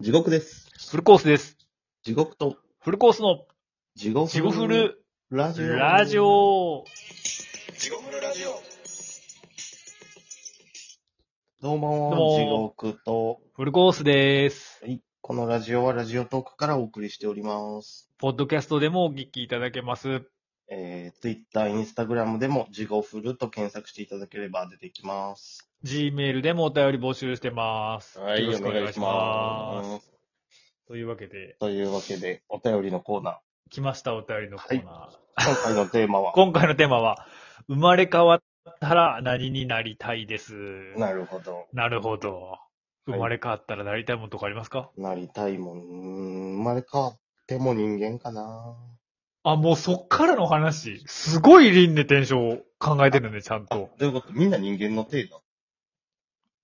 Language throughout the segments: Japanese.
地獄です。フルコースです。地獄と、フルコースの地獄地獄フルラジオ。ラジ。オ。どうども、地うも獄と、フルコースです。はい。このラジオはラジオトークからお送りしております。ポッドキャストでもお聞きいただけます。えー、Twitter、Instagram でも地獄フルと検索していただければ出てきます。 Gmail でもお便り募集してます。よろしくお願いします。す。というわけで、というわけで、お便りのコーナー。来ましたお便りのコーナー。今回のテーマは、今回のテーマは、生まれ変わったら何になりたいです。なるほど。なるほど。い生まれ変わったらなりたいものとかありますか、なりたいもん、うーん生まれ変わっても人間かな。あ、もうそっからの話。すごい輪廻転生を考えてるね、ちゃんあと。どういうことみんな人間の程度。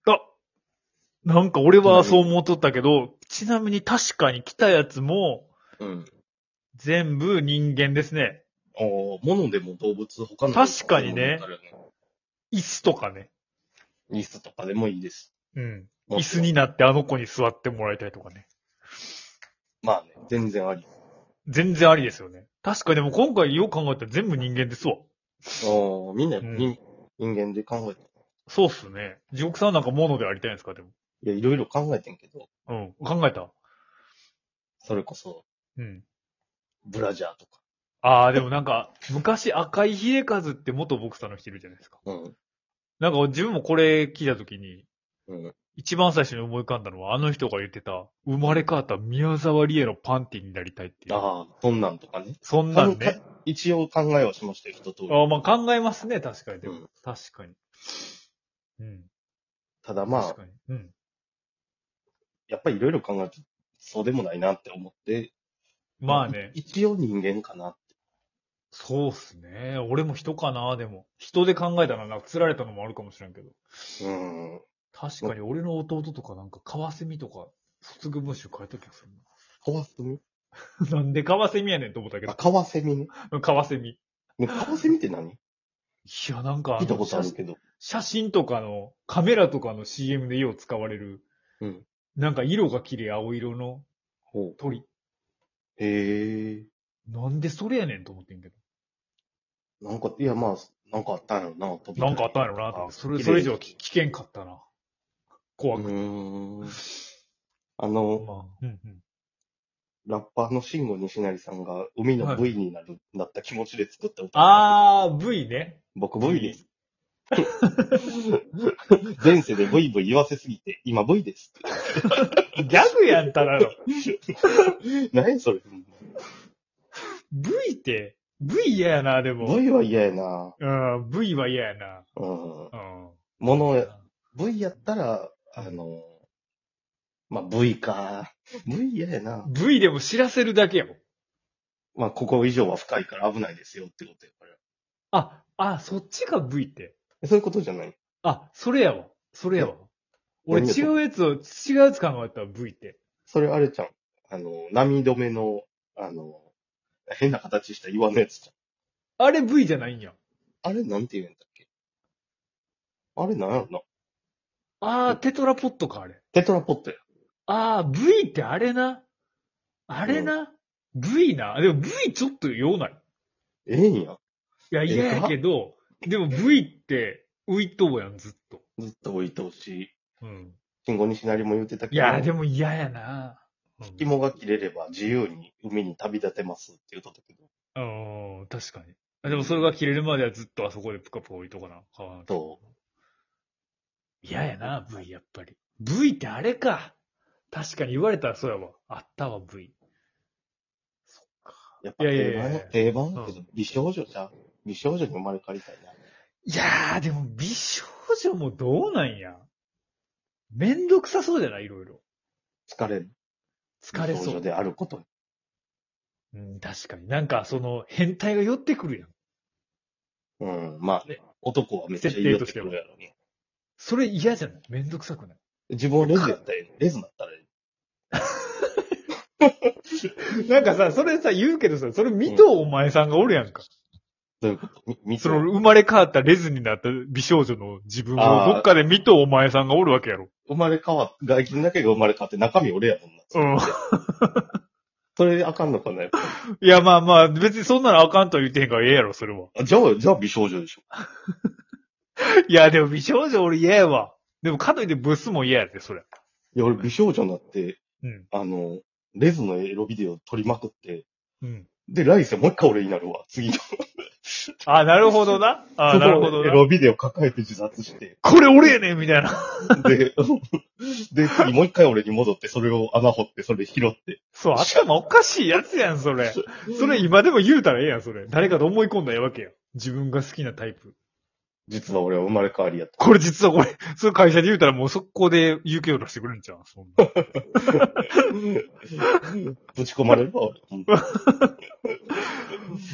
あ、なんか俺はそう思っとったけど、ちなみに確かに来たやつもうん。全部人間ですね。お物でも動物、他の。確かにね。椅子とかね。椅子とかでもいいです。うん。も椅ちろ子んになってあの子に座ってもらいたいとかね。まあね、全然あり。全然ありですよね。確かにでも今回よく考えたら全部人間ですわ。おーみんな、うん人人間で考えて。そうっすね。地獄さんなんかモノでありたいんですかでも。いや、いろいろ考えてんけど、うん。考えた。それこそ、うん。ブラジャーとか。ああ、でもなんか、昔赤井秀和って元ボクサーの人いるじゃないですか。うん。なんか自分もこれ聞いたときに、うん。一番最初に思い浮かんだのは、あの人が言ってた、生まれ変わった宮沢りえのパンティになりたいっていう。ああ、そんなんとかね。そんなん考えね。一応考えはしましたよ、一通り。あまあ考えますね、確かに。でもうん確かに。うん。ただまあ確、かに。うん。やっぱりいろいろ考えて、そうでもないなって思って。まあね。い一応人間かな。そうっすね。俺も人かな、でも。人で考えたらなんか釣られたのもあるかもしれんけど。うん。確かに俺の弟とかなんか、カワセミとか、卒業文集書いた気がするカワセミ な。なんでカワセミやねんと思ったけあ、カワセミね。ど、カワセミ。いねカワセミって何や、なんかあの聞いたことあるけど。写真とかの、カメラとかの CM でよう使われる、うん。なんか色が綺麗青色のほう。鳥。へえ。なんでそれやねんと思ってんけなんか、いや、まあ、なんかあったんやろな、飛びど。たいなんかあったんやろなと思って。そ綺れ、麗それ以上はき危険かったな。怖うくて。ーん。あまの、あ、うんうん。ラッパーの慎吾西成さんが海の V になる、なった気持ちで作った歌。あー、V ね。僕 V です。 前世で V V 言わせすぎて、今 V です。 ギャグやんただの。 何それ。 V って、V 嫌やな、でも。 V は嫌やな。うん、V は嫌やな。うん。うん。ものや、V やったら、あの、まあ、V か。V 嫌やな。 V でも知らせるだけやもん。まあ、ここ以上は深いから危ないですよってことやから。あ、あ、そっちが V って。えそういうことじゃないあ、それやわ。それやわ。俺何違うやつを、違うやつ考えたら V って。それあれちゃん。あの、波止めの、あの、変な形した岩のやつじあれ V じゃないんや。ゃん。あれなんて言うんだっけあれなんやろな。あー、テトラポットか、あれ。テトラポットや。あー、V ってあれな。あれな。V な。でも V ちょっと用ない。ええんや。いや、え嫌やけど、でも V って浮いとうやん、ずっと。ずっと置いてほしい。うん。信号西成も言ってたけいど。や、でも嫌やな。うん紐が切れれば自由に海に旅立てますって言うとったけど。うん、確かに。あでもそれが切れるまではずっとあそこでぷかぷか置いとかな。買わなきゃと、嫌やな、V、やっぱり。V ってあれか。確かに言われたらそうやわ。あったわ、V。やっぱいやいや定いや番いやや定番やけうど、美少女じゃん。美少女に生まれ変わりたいな。いやー、でも美少女もどうなんや。めんどくさそうじゃないいろいろ。疲れる。疲れ美少そ女う。であることに。うん、確かに。なんか、その、変態が寄ってくるやん。うん、まあねね。男はめっちゃ言い寄ってくるやろね。それ嫌じゃないめんどくさくない自分はレズやったらええのレズになったらええの なんかさ、それさ、言うけどさ、それ見とうお前さんがおるやんか。どういうことみ、みその、生まれ変わったレズになった美少女の自分を、あーどっかで見とうお前さんがおるわけやろ。生まれ変わっ、外人だけが生まれ変わって中身俺やもんな。うん。それあかんのかなやっぱいや、まあまあ、別にそんなのあかんとは言ってへんからええやろ、それは。りじゃあ、じゃあ美少女でしょ。いや、でも美少女俺嫌やわ。でもかといってブスも嫌やで、それ。いや、俺美少女になって、うん。あの、レズのエロビデオ撮りまくって、うん。で、来世もう一回俺になるわ。次の。あ、なるほどな。あ、なるほど エな。ロビデオ抱えて自殺して、これ俺やねんみたいな。 で、で、次もう一回俺に戻って、それを穴掘って、それ拾って。そう、頭おかしいやつやん、そ れ。それ今でも言うたらええやん、それ。誰かと思い込んだらええわけやん。自分が好きなタイプ。実は俺は生まれ変わりやっこれ実はこれ、それ会社で言うたらもう速攻で有給を出してくれんちゃうそんな。た。ぶち込まれるわ、俺。うん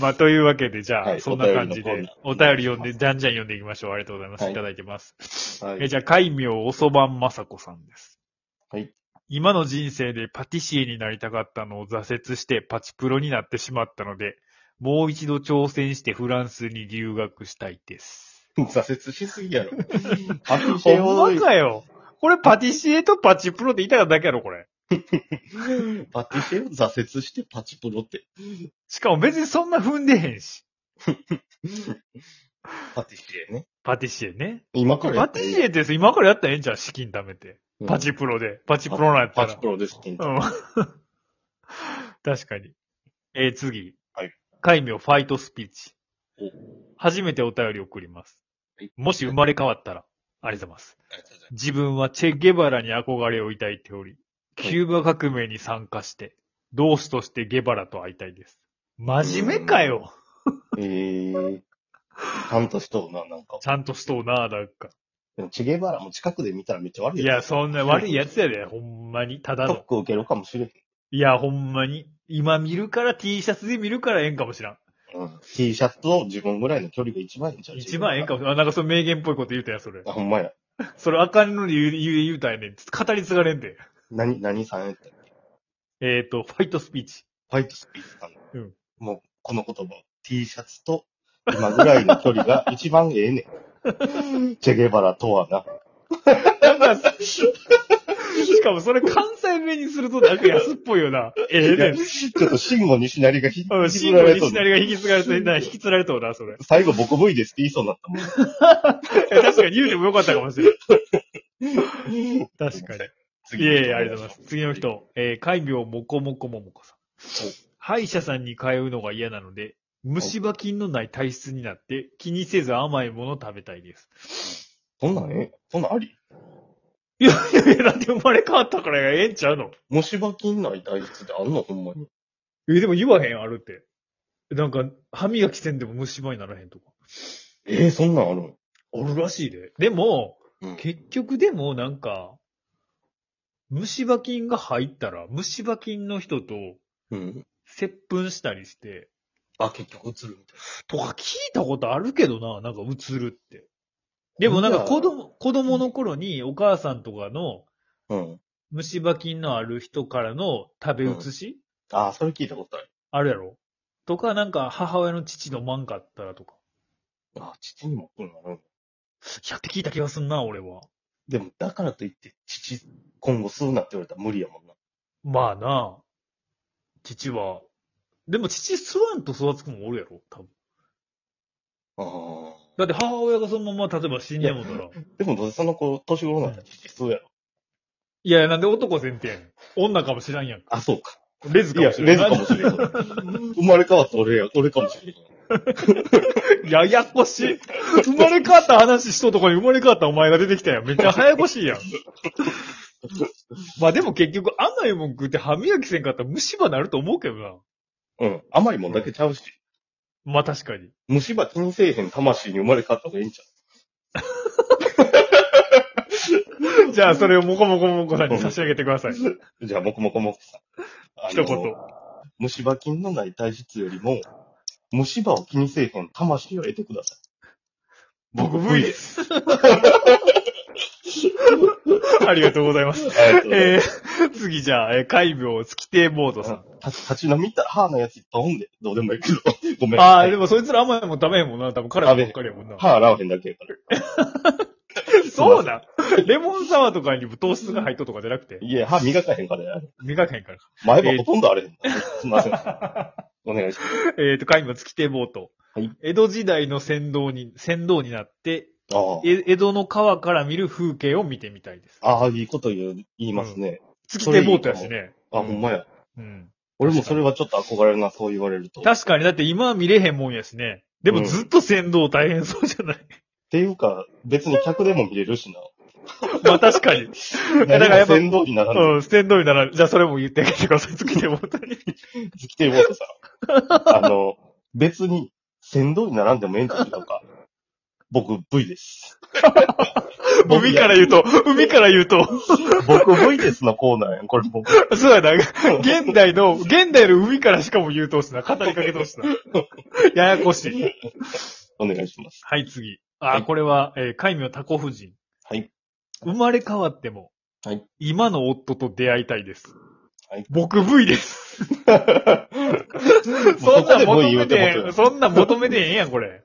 まあ、というわけで、じゃあ、はいそんな感おじ便りので、コーナーお便り読んで、じゃんじゃん読んでいきましょう。ありがとうございます。はいい、ただいてます。はいえ、じゃあ、海名おそばんまさこさんです。はい。今の人生でパティシエになりたかったのを挫折してパチプロになってしまったので、もう一度挑戦してフランスに留学したいです。挫折しすぎやろ。パティシほエをんま、かよ。これパティシエとパチプロって言いたかっただけや ろ、これ。パティシエを挫折してパチプロって。しかも別にそんな踏んでへんし。パティシエね。パティシエね。今からやパったテらいィいシエって今からやったらええんじゃん、資金貯めて。うんパチプロで。パチプロなんやったパら。チプロです。金うん。 確かに。えー次。はい。海名ファイトスピーチお。初めてお便り送りますはい。もし生まれ変わったら、ありがとうございます。ありがとうございま自分はチェ・ゲバラに憧れを抱いており、キューバ革命に参加して、同志としてゲバラと会いたいです。真面目かよすえー、ちゃんとしとるな、なんか。ちゃんとしとうな、なんか。でもチゲバラも近くで見たらめっちゃ悪いいや、そんな悪いやつやで、ほんまに。ただショッの。ク受けるかもしれいや、ほんまに。今見るから T シャツで見るからええんかもしらん。へん。うん。T シャツと自分ぐらいの距離が一番いいんちゃう一番ええんかもしれん。あ、なんかその名言っぽいこと言うたやん、それあ、。ほんまや。それあかんのに言う言う言うたんやねん。語り継がれんで。何、何さんやったっけえっ、と、ファイトスピーチ。ファイトスピーチさん。うん。もう、この言葉。T シャツと今ぐらいの距離が一番ええね ん。チェゲバラとはな。なんか、しかもそれ関西弁にするとなんか安っぽいよな。ええねん。ちょっと慎吾西成がひうん、ひシぶンゴられ西とる成が引き継がれて、な引き継がれとうな、それ。最後僕 V ですって言いそうになったもん。いや確かに言うてもよかったかも しれない。確かに。いえいえ、ありがとうございます。次の。人、えー、海病もこもこももこさんお。歯医者さんに通うのが嫌なので、虫歯菌のない体質になって、気にせず甘いものを食べたい です。そんなんえそんなんありいやいやいや、だって生まれ変わったからええんちゃうの虫歯菌内体質ってあんのほんまに。え、でも言わへん、あるって。なんか、歯磨きせんでも虫歯にならへんとか。えー、そんなんあるのあるらしいで。でも、うん結局でもなんか、虫歯菌が入ったら、虫歯菌の人とうん。接吻したりして、あ、結局映るみたいとか聞いたことあるけどな、なんか映るって。でもなんか子供、子供の頃にお母さんとかのな。うん。虫歯菌のある人からの食べ移し、あ、それ聞いたことある。あるやろとか、なんか母親の父飲まんかったらとか。あ、父にもこんなんある。いやって聞いた気がすんな、俺は。でも、だからといって、父、今後吸うなって言われたら無理やもんな。まあな、父は。でも父吸わんと育つ子もおるやろ、多分。ああ。だって母親がそのまま例えば死んでもたら。でも、どうせその子、年頃になったら父吸うやろ。いやいや、なんで男前提やねん。女かもしらんやんか。あ、そうか。レズいかや、もしらレんズかもしれん。 生まれ変わった俺や、俺かもしれん。ややこしい。生まれ変わった話しとうとこに生まれ変わったお前が出てきたやん。めっちゃ早やこしいやん。まあでも結局、甘いもん食って歯磨きせんかったら虫歯なると思うけどな。うん。甘いもんだけちゃうし。まあ確かに。虫歯気にせえへん魂に生まれ変わった方がいいんちゃじゃあそれをモコモコモコさんに差し上げてください。う じゃあ、もこもこもこさん。あ一の言。虫歯菌のない体質よりも、虫歯を気にせえへん魂を得てください。僕 V で。す。 ありがとうございます。ありがとうございえー、次じゃあ、えー、海病月亭ボードますさうんん。た立ち飲みた、歯のやついっぱいおんで、どうでもいいけど。ごめん。ああ、でもそいつら甘いもん食べへんもんな。多分彼らばっかりやもんな。歯洗わへんだけやから。 そうだレモンサワーとかに糖質が入っととかじゃなくて、いや、歯磨かへんからや。磨かへんからか。 前歯ほとんどあれへん。すみません。お願いします。えっ、と、海馬月亭ボート。はい江戸時代の船頭に、船頭になって、あえ江戸の川から見る風景を見てみたいです。あ。ああ、いいこと言う、言いますね。月亭ボートやしね。あ、ほんまや。うん。俺もそれはちょっと憧れるな、そう言われると。っ確かに、だって今は見れへんもんやしね。でもずっと船頭大変そうじゃない、 ていうか、別に客でも見れるしな。まあ確 かに。だからやっぱ先導にならない。うん、船頭になら、じゃあそれも言ってあげてください。月亭ボート に。月亭ボート さん。あの、別に先導にならんでもええんちゃうか。僕、V です。 海から言うと、海から言うと。僕 V ですのコーナーやん。これ僕。そうやな。現代の、現代の海からしかも言うとうしな。語りかけとう しな。ややこしい。お願いします。はい、次。はあ、いこれは、えー、海名タコ夫人。 はい。生まれ変わっても、はい今の夫と出会いたいです。はい僕 V です。 そそんこなで V 言求めうててこへん、とそんな求めてへんやん、これ。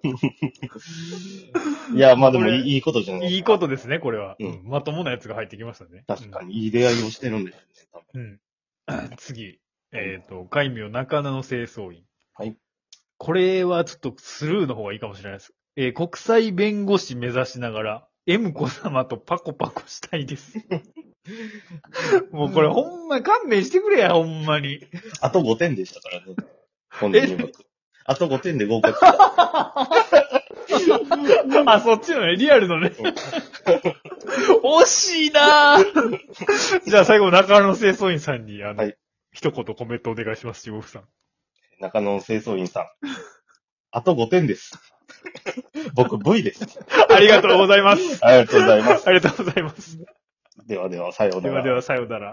や。いや、まあでもこれいいいいことじゃない。いいことですね、これは。うんうんまともなやつが入ってきましたね。確かに、いい出会いをしてるんですね。多分 うん。次。えっ、と、海名中野の清掃員。はい。これはちょっとスルーの方がいいかもしれないです。えー国際弁護士目指しながら、M 子様とパコパコした いです。もうこれほんま勘弁してくれや、ほんまに。あと5点でしたからね。本人入学。あと5点で合格した。あ、そっちのね、リアルのね。 惜しいなぁ じゃあ最後、中野の清掃員さんに、あの、はい一言コメントお願いします、中国さん。中野清掃員さん。あと5点です。僕 V です。ありがとうございます。 ありがとうございます。ありがとうございます。ではでは、さようでなはらで。は、さようなら。